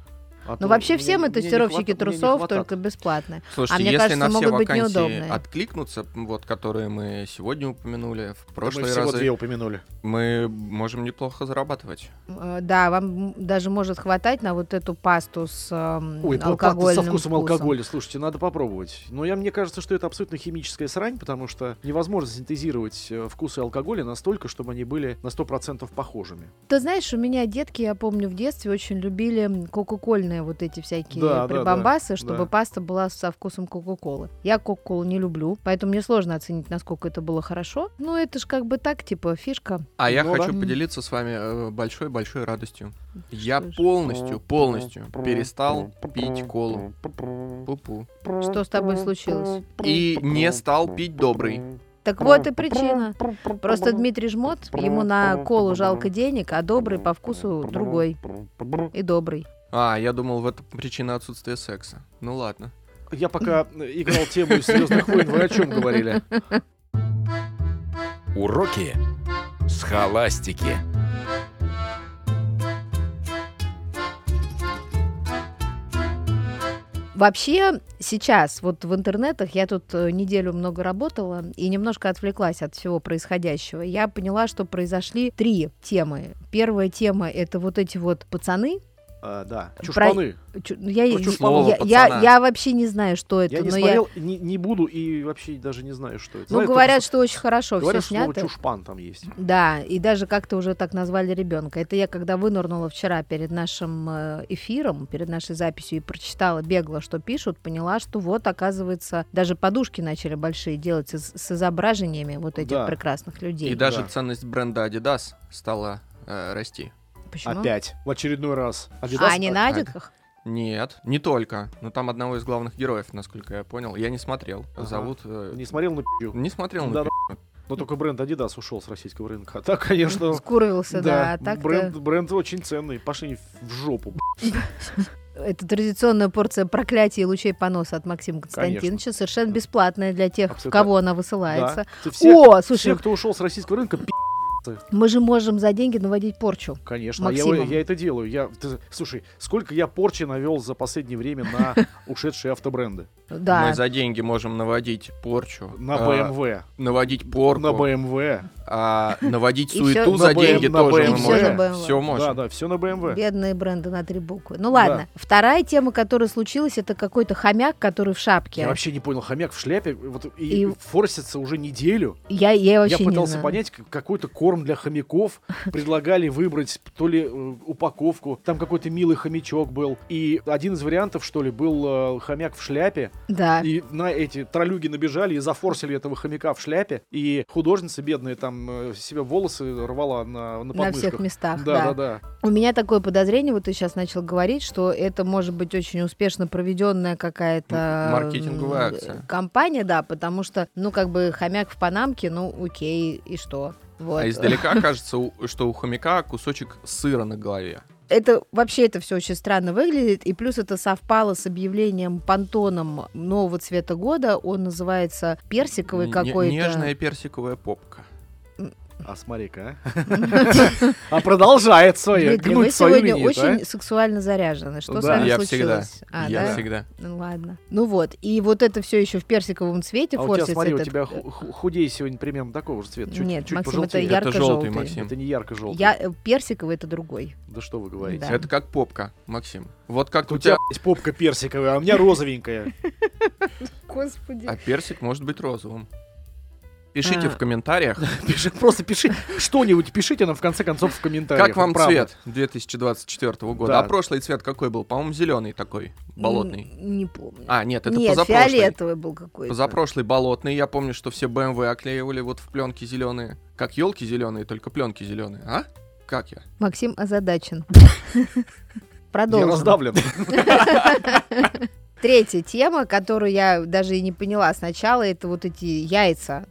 S2: А то
S3: ну вообще
S2: мне-
S3: все
S2: мне
S3: мы
S2: не
S3: тестировщики
S2: хват- мне не
S3: трусов,
S2: хватает.
S3: только бесплатно.
S1: Слушайте,
S3: А мне
S1: если
S3: кажется,
S1: на все
S3: могут быть
S1: вакансии
S3: неудобные.
S1: откликнутся, м, вот которые мы сегодня упомянули, в
S2: Да Мы
S1: прошлые
S2: всего
S1: разы,
S2: две упомянули.
S1: мы можем неплохо зарабатывать.
S3: Э, Да, вам м, даже может хватать на вот эту пасту с эм,
S2: Ой, ну, правда,
S3: алкогольным
S2: со вкусом
S3: вкусом.
S2: алкоголя, слушайте, надо попробовать. Но я, мне кажется, что это абсолютно химическая срань, потому что невозможно синтезировать э, вкусы алкоголя настолько, чтобы они были на 100% похожими.
S3: Ты знаешь, у меня детки, я помню, в детстве очень любили кока-кольные вот эти всякие
S2: Да, да,
S3: прибамбасы,
S2: да,
S3: чтобы
S2: да.
S3: паста была со вкусом кока-колы. Я кока-колу не люблю, поэтому мне сложно оценить, насколько это было хорошо. Ну, это же как бы так, типа, фишка.
S1: А я
S2: Ну да.
S1: хочу
S3: М.
S1: поделиться с вами э, большой-большой радостью. Я
S3: ж.
S1: полностью, полностью перестал пить колу. Пу-пу.
S3: Что с тобой случилось?
S1: И не стал пить добрый.
S3: Так вот и причина. Просто Дмитрий Жмот, ему на колу жалко денег, а добрый по вкусу другой. И добрый.
S1: А, я думал, в этом причина отсутствия секса. Ну ладно.
S2: Я пока э, играл тему из серьезных войн, вы о чем говорили?
S4: Уроки схоластики.
S3: Вообще, сейчас, вот в интернетах, я тут э, неделю много работала и немножко отвлеклась от всего происходящего. Я поняла, что произошли три темы. Первая тема — это вот эти вот пацаны.
S2: А, Да. Чушпаны.
S3: Чу- ну, Я,
S1: Ну,
S3: не-
S1: чё слово
S3: я, я-
S1: пацана?
S3: я вообще не знаю, что это.
S2: Я не
S3: но
S2: смотрел, не не буду и вообще даже не знаю, что это.
S3: ну,
S2: Знаю
S3: говорят,
S2: только,
S3: что очень хорошо
S2: говорят,
S3: все
S2: что слово
S3: снято.
S2: чушпан там есть.
S3: Да, и даже как-то уже так назвали ребенка. Это я когда вынырнула вчера перед нашим э, эфиром, перед нашей записью и прочитала бегло, что пишут, поняла, что вот, оказывается, даже подушки начали большие делать из- с, изображениями вот этих
S2: Да.
S3: прекрасных людей.
S1: И даже
S2: да.
S1: ценность бренда Adidas стала э, расти.
S3: Почему?
S2: Опять. В очередной раз.
S3: А
S2: Adidas-
S3: они на адиках?
S1: Нет, не только. Но там одного из главных героев, насколько я понял. Я не смотрел.
S2: Ага.
S1: Зовут... э,
S2: Не смотрел на пью.
S1: Не смотрел
S2: Да,
S1: на пи***.
S2: Но только бренд Adidas ушел с российского рынка. А так, конечно...
S3: Скуривался, да. А так-то
S2: бренд, бренд очень ценный. Пошли в- в жопу. б***ь.
S3: это традиционная порция проклятий и лучей поноса от Максима Константиновича, совершенно бесплатная для тех, в
S2: Абсолютно.
S3: кого она
S2: Да.
S3: высылается.
S2: Ты Все,
S3: О,
S2: все,
S3: слушай,
S2: кто ушел с российского рынка, пи***,
S3: мы же можем за деньги наводить порчу.
S2: конечно. А Я,
S3: Максимом.
S2: я это делаю. Я, ты- слушай, сколько я порчи навел за последнее время на ушедшие автобренды?
S3: Да,
S1: Мы за деньги можем наводить порчу.
S2: На
S1: э,
S2: BMW.
S1: наводить порку.
S2: На BMW.
S1: а, наводить
S3: И всё-
S1: суету
S2: На
S1: за
S2: БМ,
S1: деньги
S2: на
S1: тоже мы
S2: БМВ. И всё
S1: можем.
S3: на БМВ.
S1: Все
S2: Да,
S1: можем.
S2: да, все на BMW.
S3: Бедные бренды на три буквы. Ну
S2: Да.
S3: ладно. Вторая тема, которая случилась, это какой-то хомяк, который в шапке.
S2: Я вообще не понял, хомяк в шляпе вот, и,
S3: И-
S2: форсится уже неделю.
S3: я, я вообще
S2: я
S3: не
S2: пытался
S3: знаю.
S2: понять, к- какой-то корм для хомяков. Предлагали выбрать то ли э, упаковку. Там какой-то милый хомячок был. И один из вариантов, что ли, был э, хомяк в шляпе.
S3: Да.
S2: И на эти тролюги набежали и зафорсили этого хомяка в шляпе. И художница бедная там э, себе волосы рвала на, на
S3: На
S2: подмышках.
S3: всех местах, да.
S2: Да, да, да.
S3: У меня такое подозрение, вот ты сейчас начал говорить, что это может быть очень успешно проведенная какая-то
S1: М, маркетинговая
S3: м,
S1: акция.
S3: компания, да, потому что, ну, как бы хомяк в Панамке, ну, окей, и что? Вот.
S1: А издалека кажется, у- что у хомяка кусочек сыра на голове.
S3: это вообще это все очень странно выглядит, и плюс это совпало с объявлением понтоном нового цвета года, он называется персиковый
S1: Н-
S3: какой-то.
S1: Нежная персиковая попка.
S2: А смотри-ка. а. А продолжает свое, а?
S3: Дмитрий, вы
S2: гнуть свою
S3: ну, сегодня
S2: линию, да?
S3: очень сексуально заряжены. Что с
S2: Да.
S3: вами
S1: я всегда.
S3: случилось? А,
S1: я
S3: да?
S1: всегда.
S3: Ну ладно. Ну вот. И вот это все еще в персиковом цвете
S2: А у тебя,
S3: форсится.
S2: смотри, у
S3: этот,
S2: тебя
S3: э,
S2: ху- ху- худей сегодня примерно такого же цвета. Чуть,
S3: Нет,
S2: чуть
S3: Максим, это
S2: пожелтее.
S1: Это желтый,
S3: ярко-желтый.
S1: Максим.
S2: Это не ярко-желтый.
S3: Я э, персиковый это другой.
S2: Да что вы говорите.
S3: Да.
S1: Это как попка, Максим. Вот как
S2: У тебя есть попка персиковая, а у меня розовенькая.
S3: Господи.
S1: А персик может быть розовым. Пишите
S2: А.
S1: в комментариях,
S2: Пиши- Просто пиши что-нибудь, пишите нам в конце концов в комментариях.
S1: как вам
S2: правда.
S1: цвет 2024 года.
S2: Да.
S1: А прошлый цвет какой был? По-моему, зеленый такой, болотный.
S3: Не помню.
S1: А, нет, это
S3: Нет,
S1: позапрошлый.
S3: фиолетовый был какой-то.
S1: Позапрошлый болотный. Я помню, что все BMW оклеивали вот в пленки зеленые. Как елки зеленые, только пленки зеленые, а? Как я?
S3: Максим озадачен.
S2: Я
S3: Продолжим.
S2: раздавлен.
S3: Третья тема, которую я даже и не поняла сначала, это вот эти яйца.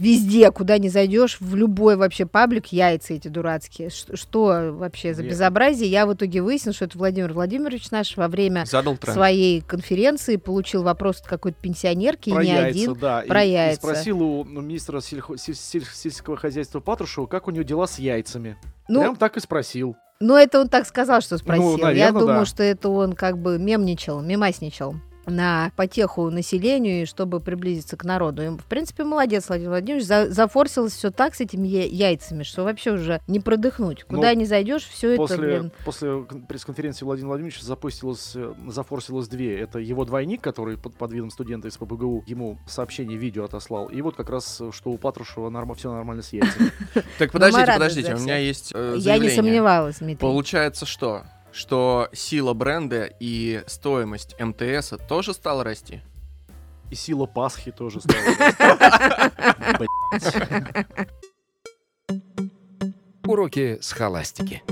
S3: Везде, куда не зайдешь, в любой вообще паблик яйца эти дурацкие. Ш- Что вообще за
S2: Верно.
S3: безобразие? Я в итоге выяснила, что это Владимир Владимирович наш во время
S1: Задал тренд.
S3: своей конференции получил вопрос от какой-то пенсионерки, и
S2: Про
S3: не
S2: яйца,
S3: один.
S2: да. И-
S3: про
S2: и,
S3: яйца.
S2: спросил у ну, министра сельхо- сель- сель- сельского хозяйства Патрушева, как у него дела с яйцами.
S3: Ну,
S2: Прям так и спросил.
S3: Ну, это он так сказал, что спросил. Я
S2: Ну, наверно,
S3: думаю,
S2: да.
S3: что это он как бы мемничал, мемасничал на потеху населению, и чтобы приблизиться к народу. И, в принципе, молодец Владимир Владимирович. За- зафорсилось все так с этими я- яйцами, что вообще уже не продыхнуть.
S2: Ну,
S3: Куда не зайдешь, все это,
S2: После, э,
S3: блин.
S2: после кон- пресс-конференции Владимира Владимировича запустилось, э, зафорсилось две. Это его двойник, который под, под видом студента из ПБГУ ему сообщение видео отослал. И вот как раз, э, что у Патрушева все нормально с яйцами.
S1: Так
S3: Ну, мы
S1: подождите,
S3: рады
S1: подождите,
S3: за
S1: у
S3: всех.
S1: меня есть э,
S3: Я не
S1: заявление.
S3: сомневалась, Дмитрий.
S1: Получается что? Что сила бренда и стоимость МТС -а тоже стала расти?
S2: И сила Пасхи тоже стала.
S4: Уроки с холастики.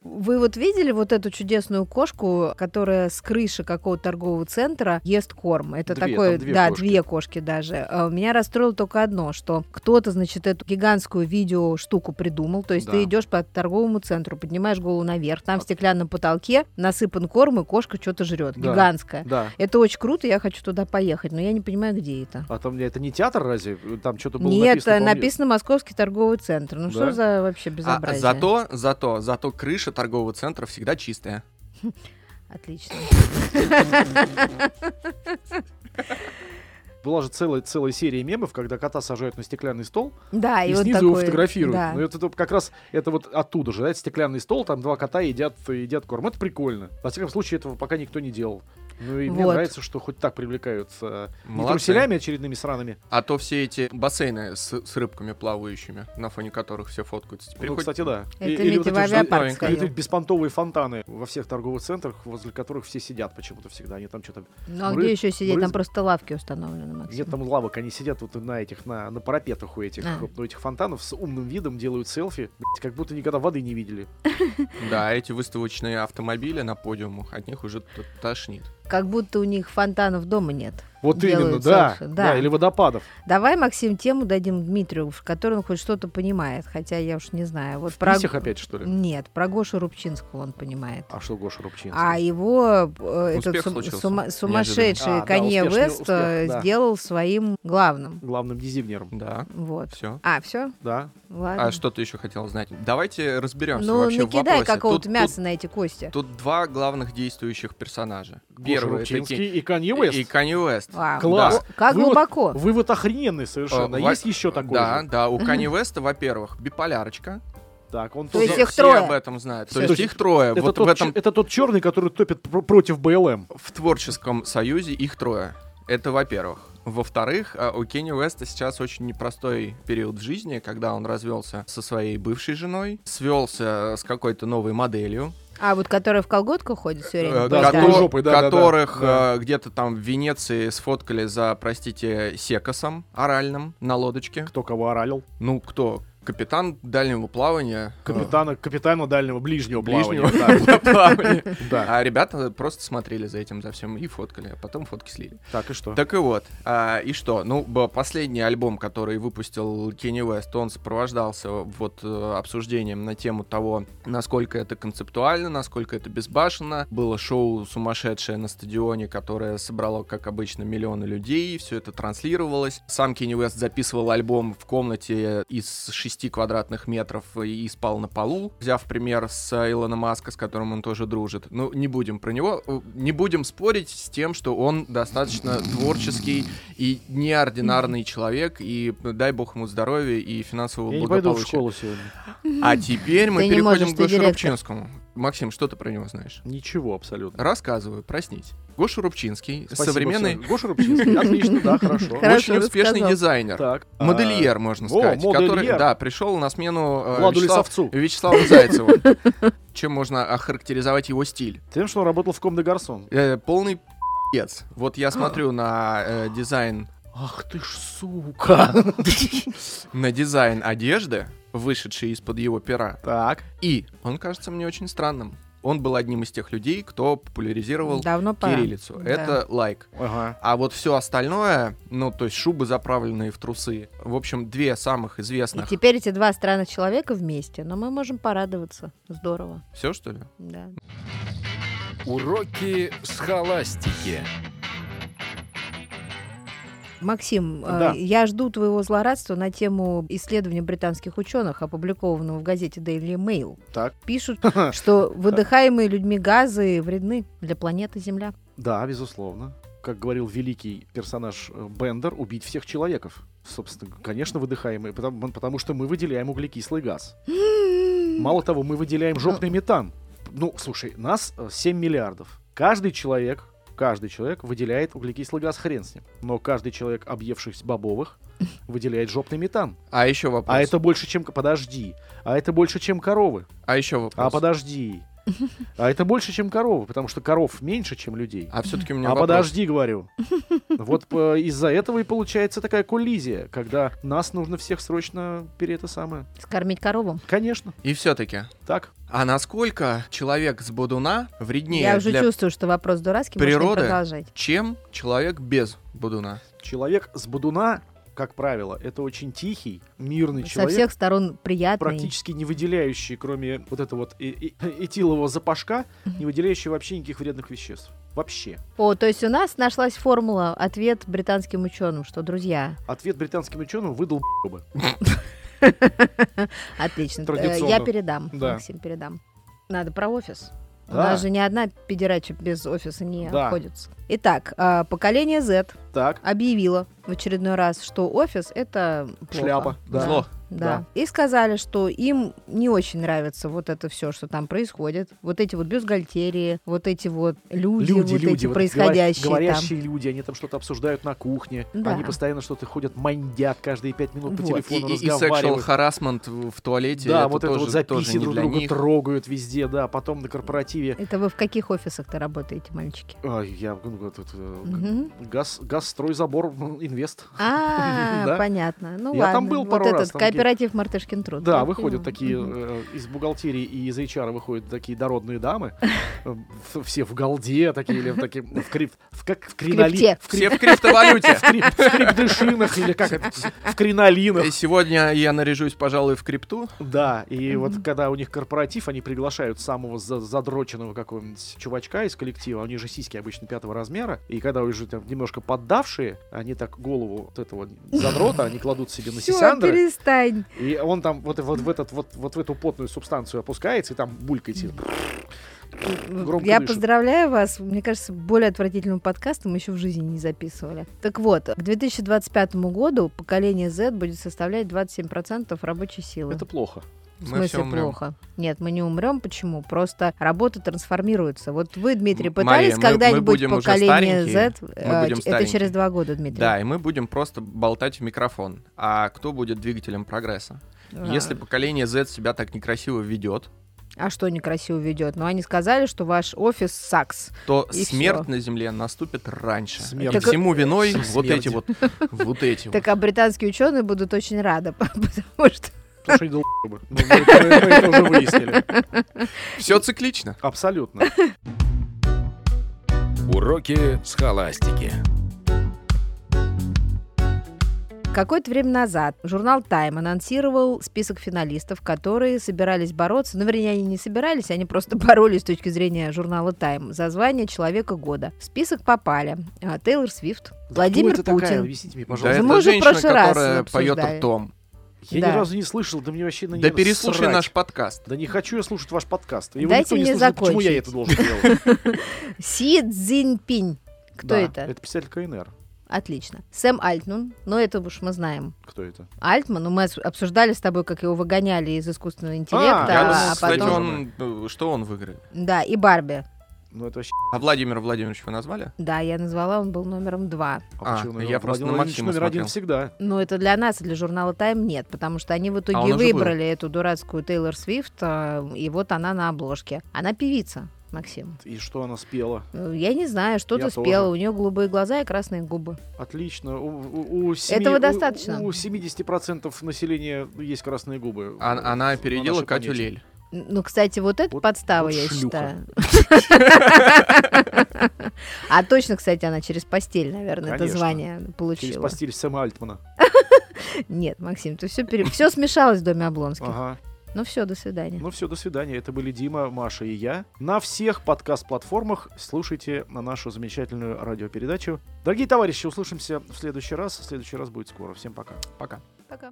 S3: Вы вот видели вот эту чудесную кошку, которая с крыши какого-то торгового центра ест корм? Это
S2: Две,
S3: такое,
S2: там две
S3: да,
S2: кошки.
S3: две кошки даже. А, Меня расстроило только одно, что кто-то, значит, эту гигантскую видео штуку придумал. То есть
S2: Да. А
S3: ты идешь по торговому центру, поднимаешь голову наверх, там в стеклянном потолке насыпан корм и кошка что-то жрет,
S2: Да.
S3: гигантская.
S2: Да.
S3: Это очень круто, я хочу туда поехать, но я не понимаю, где это.
S2: А там это не театр разве? Там что-то было
S3: Нет,
S2: написано.
S3: написано,
S2: по-моему,
S3: Московский торговый центр. Ну что
S2: Да?
S3: за вообще
S1: А,
S3: безобразие?
S1: зато, зато, зато крыша торгового центра всегда чистая.
S3: Отлично.
S2: Была же целая, целая серия мемов, когда кота сажают на стеклянный стол
S3: Да,
S2: и,
S3: А, и, вот
S2: снизу его
S3: такой,
S2: фотографируют.
S3: да.
S2: Ну, это, как раз это вот оттуда же, да, это стеклянный стол, там два кота едят, едят корм. Это прикольно. Во всяком случае, этого пока никто не делал. Ну и мне
S3: Вот.
S2: нравится, что хоть так привлекаются э, не
S1: Молодцы.
S2: труселями очередными сраными.
S1: А то все эти бассейны с, с рыбками плавающими, на фоне которых все фоткаются. Теперь
S2: Ну,
S1: хоть-
S2: кстати, да.
S3: Это
S2: И-
S3: Митя
S2: вот эти
S3: в
S2: вот
S3: авиапарк
S1: новенькое.
S2: Или вот
S3: сходил.
S2: эти беспонтовые фонтаны во всех торговых центрах, возле которых все сидят почему-то всегда. Они там что-то...
S3: Ну а
S2: Брыз-
S3: где еще сидеть? Там
S2: брызг-
S3: просто лавки установлены, Максим.
S2: Где там лавок? Они сидят вот на этих, на, на парапетах у этих,
S3: А.
S2: у этих фонтанов с умным видом, делают селфи. Блядь, как будто никогда воды не видели.
S1: Да, эти выставочные автомобили на подиумах, от них уже т- тошнит.
S3: Как будто у них фонтанов дома нет.
S2: Вот именно,
S3: Делают
S2: да,
S3: селфи,
S2: да.
S3: да.
S2: Или водопадов.
S3: Давай, Максим, тему дадим Дмитрию, в которой он хоть что-то понимает, хотя я уж не знаю. Вот
S2: В
S3: про...
S2: писях опять, что ли?
S3: Нет, про Гошу Рубчинского он понимает.
S2: А что Гоша Рубчинский?
S3: А его
S1: Успех
S3: э, этот сум-
S1: случился.
S3: сума- сумасшедший
S2: Неожиданно. А, да,
S3: Канье
S2: успешный
S3: Вест э,
S2: успех, да.
S3: сделал своим главным.
S2: Главным дизайнером.
S1: Да,
S3: Вот.
S1: все.
S3: А, все?
S2: Да.
S3: Ладно.
S1: А что ты еще хотел знать? Давайте разберемся
S3: ну,
S1: вообще в
S3: накидай
S1: вопросе.
S3: какого-то
S1: Тут-
S3: мяса на эти кости.
S1: Тут, тут два главных действующих персонажа.
S2: Гоша
S1: Первый
S2: Рубчинский
S1: таки-
S2: и Канье Уэст.
S1: и Канье Уэст.
S3: Вау.
S2: Класс. Ну
S3: О, Как
S2: Вывод-
S3: глубоко.
S2: Вывод охрененный совершенно.
S1: Э, Ва-
S2: Есть еще такой
S1: Да,
S2: же?
S1: да, у Кани Веста, во-первых, биполярочка.
S2: Так, он
S3: То
S2: тоже-
S3: есть
S1: Все-
S3: их
S1: все
S3: трое.
S1: об этом знают. То
S2: Все.
S1: есть их трое.
S2: Это,
S1: Вот
S2: тот,
S1: в этом
S2: чер- это тот черный, который топит пр- против БЛМ.
S1: в творческом союзе их трое. Это во-первых. Во-вторых, а, у Кенни Уэста сейчас очень непростой период в жизни, когда он развелся со своей бывшей женой, свелся э, с какой-то новой моделью,
S3: А, вот которая в колготках ходит все время.
S1: э,
S2: Да,
S3: Пусть,
S2: с
S1: кото-
S2: голой жопой, да, да, да.
S1: которых
S2: Да.
S1: э, где-то там в Венеции сфоткали за, простите, секосом оральным на лодочке.
S2: Кто кого оралил?
S1: Ну, кто? Капитан дальнего плавания. э,
S2: Капитана, капитана дальнего, ближнего,
S1: Ближнего.
S2: плавания. Да,
S1: плавания.
S2: Да.
S1: А ребята просто смотрели за этим, за всем и фоткали, а потом фотки слили.
S2: Так и что?
S1: Так и вот, а, и что? Ну, б- последний альбом, который выпустил Кенни Уэст, он сопровождался вот э, обсуждением на тему того, насколько это концептуально, насколько это безбашенно. Было шоу сумасшедшее на стадионе, которое собрало, как обычно, миллионы людей, все это транслировалось. Сам Кенни Уэст записывал альбом в комнате из 6 квадратных метров и и спал на полу, взяв пример с Илона Маска, с которым он тоже дружит. Ну, не будем про него, э, не будем спорить с тем, что он достаточно творческий и неординарный человек, и э, дай бог ему здоровья и финансового
S2: Я не пойду в
S1: благополучия.
S2: школу сегодня.
S1: А теперь мы
S3: Ты не
S1: переходим
S3: можешь,
S1: к
S3: ты
S1: Гоше
S3: директор.
S1: Рубчинскому. Максим, что ты про него знаешь?
S2: Ничего абсолютно.
S1: Рассказываю, проснись. Гоша Рубчинский,
S2: Спасибо,
S1: современный,
S2: всё. Гоша Рубчинский. Отлично, да, хорошо.
S3: Хорошо.
S1: очень успешный
S3: рассказал.
S1: дизайнер.
S2: Так. а,
S1: Модельер, можно
S2: о,
S1: сказать, который
S2: модельер.
S1: да, пришел на смену э,
S2: Владу
S1: Вячеслав-
S2: Лисовцу.
S1: Вячеславу Зайцеву. Чем можно охарактеризовать его стиль?
S2: Тем, что он работал в Ком де Гарсон.
S1: Э, Полный пи***ц. Вот я смотрю на э, дизайн
S2: Ах ты ж сука.
S1: на дизайн одежды, вышедший из-под его пера.
S2: Так.
S1: И он кажется мне очень странным. Он был одним из тех людей, кто популяризировал
S3: Давно пора.
S1: кириллицу.
S3: Да.
S1: Это лайк.
S2: Ага.
S1: А вот все остальное, ну, то есть шубы, заправленные в трусы, в общем, две самых
S3: И
S1: известных.
S3: теперь эти два странных человека вместе, но мы можем порадоваться. Здорово,
S1: Все, что ли?
S3: да.
S4: Уроки схоластики.
S3: Максим, э,
S2: Да.
S3: я жду твоего злорадства на тему исследования британских ученых, опубликованного в газете Daily Mail.
S2: Так.
S3: Пишут, что выдыхаемые людьми газы вредны для планеты Земля.
S2: Да, безусловно. Как говорил великий персонаж э, Бендер, убить всех человеков. Собственно, конечно, выдыхаемые, потому, потому что мы выделяем углекислый газ. Мало того, мы выделяем жопный метан. Ну, слушай, нас э, 7 миллиардов. Каждый человек, каждый человек выделяет углекислый газ, хрен с ним. Но каждый человек, объевшись бобовых, выделяет жопный метан.
S1: А еще вопрос.
S2: А это больше, чем... Подожди. А это больше, чем коровы.
S1: А еще вопрос.
S2: А подожди. А это больше, чем коровы, потому что коров меньше, чем людей.
S1: все-таки у меня
S2: А
S1: вопрос.
S2: подожди, говорю. Вот э, из-за этого и получается такая коллизия, когда нас нужно всех срочно пере это самое.
S3: Скормить коровам.
S2: Конечно,
S1: И все-таки.
S2: так.
S1: А насколько человек с бодуна вреднее
S3: я уже
S1: для...
S3: чувствую, что вопрос дурацкий, можно
S1: природы?
S3: продолжать.
S1: чем человек без бодуна?
S2: Человек с Будуна, как правило, это очень тихий, мирный
S3: Со
S2: человек.
S3: всех сторон приятный.
S2: практически не выделяющий, кроме вот этого вот э- э- этилового запашка, не выделяющий вообще никаких вредных веществ. Вообще.
S3: О, то есть у нас нашлась формула, ответ британским ученым, что, друзья,
S2: Ответ британским ученым выдал бы.
S3: Отлично. Э,
S2: Традиционно.
S3: Я передам.
S2: Да.
S3: Максим, передам. Надо про офис. У
S2: Да.
S3: нас же ни одна педерача без офиса не
S2: Да.
S3: обходится. Итак, а, поколение Z
S2: Так,
S3: объявило в очередной раз, что офис это плохо.
S2: Шляпа, да.
S1: Зло.
S3: Да. И сказали, что им не очень нравится вот это все, что там происходит. Вот эти вот бюстгальтерии, вот эти вот люди,
S2: люди,
S3: вот
S2: люди,
S3: эти
S2: вот
S3: происходящие
S2: говоря-
S3: там.
S2: говорящие люди, они там что-то обсуждают на кухне,
S3: Да.
S2: они постоянно что-то ходят, мандят каждые пять минут по
S3: Вот.
S1: И,
S2: телефону,
S1: и, и sexual
S2: разговаривают.
S1: harassment в, в туалете,
S2: да,
S1: это
S2: вот это
S1: тоже,
S2: вот
S1: тоже
S2: записи
S1: не
S2: друг
S1: для
S2: друга
S1: них.
S2: трогают везде, да, потом на корпоративе.
S3: Это вы в каких офисах-то работаете, мальчики?
S2: Ай, я ну, вот это, э,
S3: Мгм.
S2: газ, газ, строй, забор, ну, инвест.
S3: А,
S2: Да.
S3: понятно. Ну
S2: Я
S3: ладно.
S2: там был пару
S3: вот
S2: раз,
S3: этот
S2: там где-
S3: кооператив Мартышкин труд.
S2: Да,
S3: Я
S2: выходят
S3: понимаю.
S2: такие
S3: Мгм.
S2: э, из бухгалтерии и из HR выходят такие дородные дамы, э, в- все в голде такие или в таким в крип- в как в кринолинах,
S3: крипте.
S2: в
S1: Все в криптовалюте.
S2: крипдышинах или как это в кринолинах.
S1: И Сегодня я наряжусь, пожалуй, в крипту.
S2: Да, и вот
S3: Мгм.
S2: когда у них корпоратив, они приглашают самого за- задроченного какого-нибудь чувачка из коллектива, у них же сиськи обычно пятого размера, и когда уже там немножко поддавшие, они так голову вот этого задрота, они кладут себе э, на
S3: Всё,
S2: сисяндры,
S3: перестань.
S2: и он там вот, вот в этот вот, вот в эту потную субстанцию опускается и там булькает. Громко
S3: Я
S2: дышит.
S3: поздравляю вас. Мне кажется, более отвратительного подкаста мы еще в жизни не записывали. Так вот, к 2025 году поколение Z будет составлять 27% рабочей силы.
S2: Это плохо.
S3: в
S1: Мы все
S3: смысле
S1: умрем.
S3: плохо. Нет, мы не умрем. Почему? Просто работа трансформируется. Вот вы, Дмитрий,
S1: М- Мария, мы-
S3: пытались
S1: мы
S3: когда-нибудь
S1: будем уже
S3: поколение Z?
S1: старенькие. Мы
S3: э,
S1: будем
S3: ч- это
S1: старенькие.
S3: через два года, Дмитрий.
S1: Да, и мы будем просто болтать в микрофон. А кто будет двигателем прогресса?
S3: А,
S1: Если поколение Z себя так некрасиво ведет,
S3: А что некрасиво ведет? Но они сказали, что ваш офис САКС.
S1: то
S3: И
S1: смерть
S3: всё.
S1: на Земле наступит раньше.
S2: Смерть.
S1: И
S3: Так,
S1: всему виной
S2: Смерть.
S1: вот эти вот, вот эти вот.
S3: Так а британские ученые будут очень рады, потому что
S2: Потому что они долбоебы. Ну, Мы- мы- мы- мы это уже выяснили.
S3: а
S1: Все циклично.
S2: Абсолютно.
S4: Уроки схоластики.
S3: Какое-то время назад журнал Time анонсировал список финалистов, которые собирались бороться. Ну, вернее, они не собирались, они просто боролись с точки зрения журнала Time за звание Человека года. В список попали а, Тейлор Свифт, Владимир
S2: Кто это
S3: Путин.
S2: такая? Объясните мне,
S1: Да,
S3: это
S2: пожалуйста.
S3: Ну, мы
S1: это
S3: уже в
S1: женщина,
S3: прошлый раз
S1: которая поет
S3: обсуждали.
S1: ртом.
S2: Я
S3: да.
S2: ни разу не слышал, да мне вообще на
S1: Да
S2: неё
S1: переслушай
S2: насрать.
S1: наш подкаст.
S2: Да не хочу я слушать ваш подкаст. Его
S3: Дайте
S2: никто не
S3: мне
S2: слушает. Почему я
S3: закончить.
S2: это должен делать?
S3: Си Цзиньпинь. Кто
S2: Да,
S3: это?
S2: Это писатель КНР.
S3: Отлично. Сэм Альтман. Но это уж мы знаем.
S2: Кто это?
S3: Альтман, ну, мы ос- обсуждали с тобой, как его выгоняли из искусственного интеллекта,
S1: Я
S2: Да,
S1: думаю,
S3: а
S1: кстати,
S3: потом...
S1: он... э, Что он выиграет?
S3: Да, и Барби.
S2: Ну это вообще.
S1: А Владимира Владимировича вы назвали?
S3: Да, я назвала, он был номером два.
S1: А,
S2: почему, наверное,
S1: я просто
S2: Владимир
S1: на
S2: Владимирович
S1: Максима
S2: номер один
S1: смотрел.
S2: всегда.
S3: Но это для нас, для журнала Time нет, потому что
S2: А
S3: они в итоге
S1: он уже был.
S3: э, выбрали эту дурацкую Тейлор Свифт, а, и вот она на обложке. Она певица. Максим.
S2: И что она спела?
S3: Ну, Я не знаю, что-то
S2: Я
S3: спела.
S2: тоже.
S3: У нее голубые глаза и красные губы.
S2: Отлично. У, у- у семи-
S3: Этого
S2: у-
S3: достаточно.
S2: У 70% населения есть красные губы.
S1: А-
S2: Вот,
S1: она
S2: на
S1: опередила
S2: нашей
S1: Катю
S2: планете.
S1: Лель.
S3: Н- Ну, кстати, вот это
S2: Вот-
S3: подстава,
S2: вот
S3: я
S2: шлюха.
S3: считаю. А точно, кстати, она через постель, наверное, это
S2: Конечно.
S3: звание
S2: Через
S3: получила.
S2: постель Сэма Альтмана.
S3: Нет, Максим, ты все все смешалось в доме Облонских.
S2: Ага.
S3: Ну все, до свидания.
S2: Ну все, до свидания. Это были Дима, Маша и я. На всех подкаст-платформах слушайте на нашу замечательную радиопередачу. Дорогие товарищи, услышимся в следующий раз. В следующий раз будет скоро. Всем пока.
S1: Пока.
S3: Пока.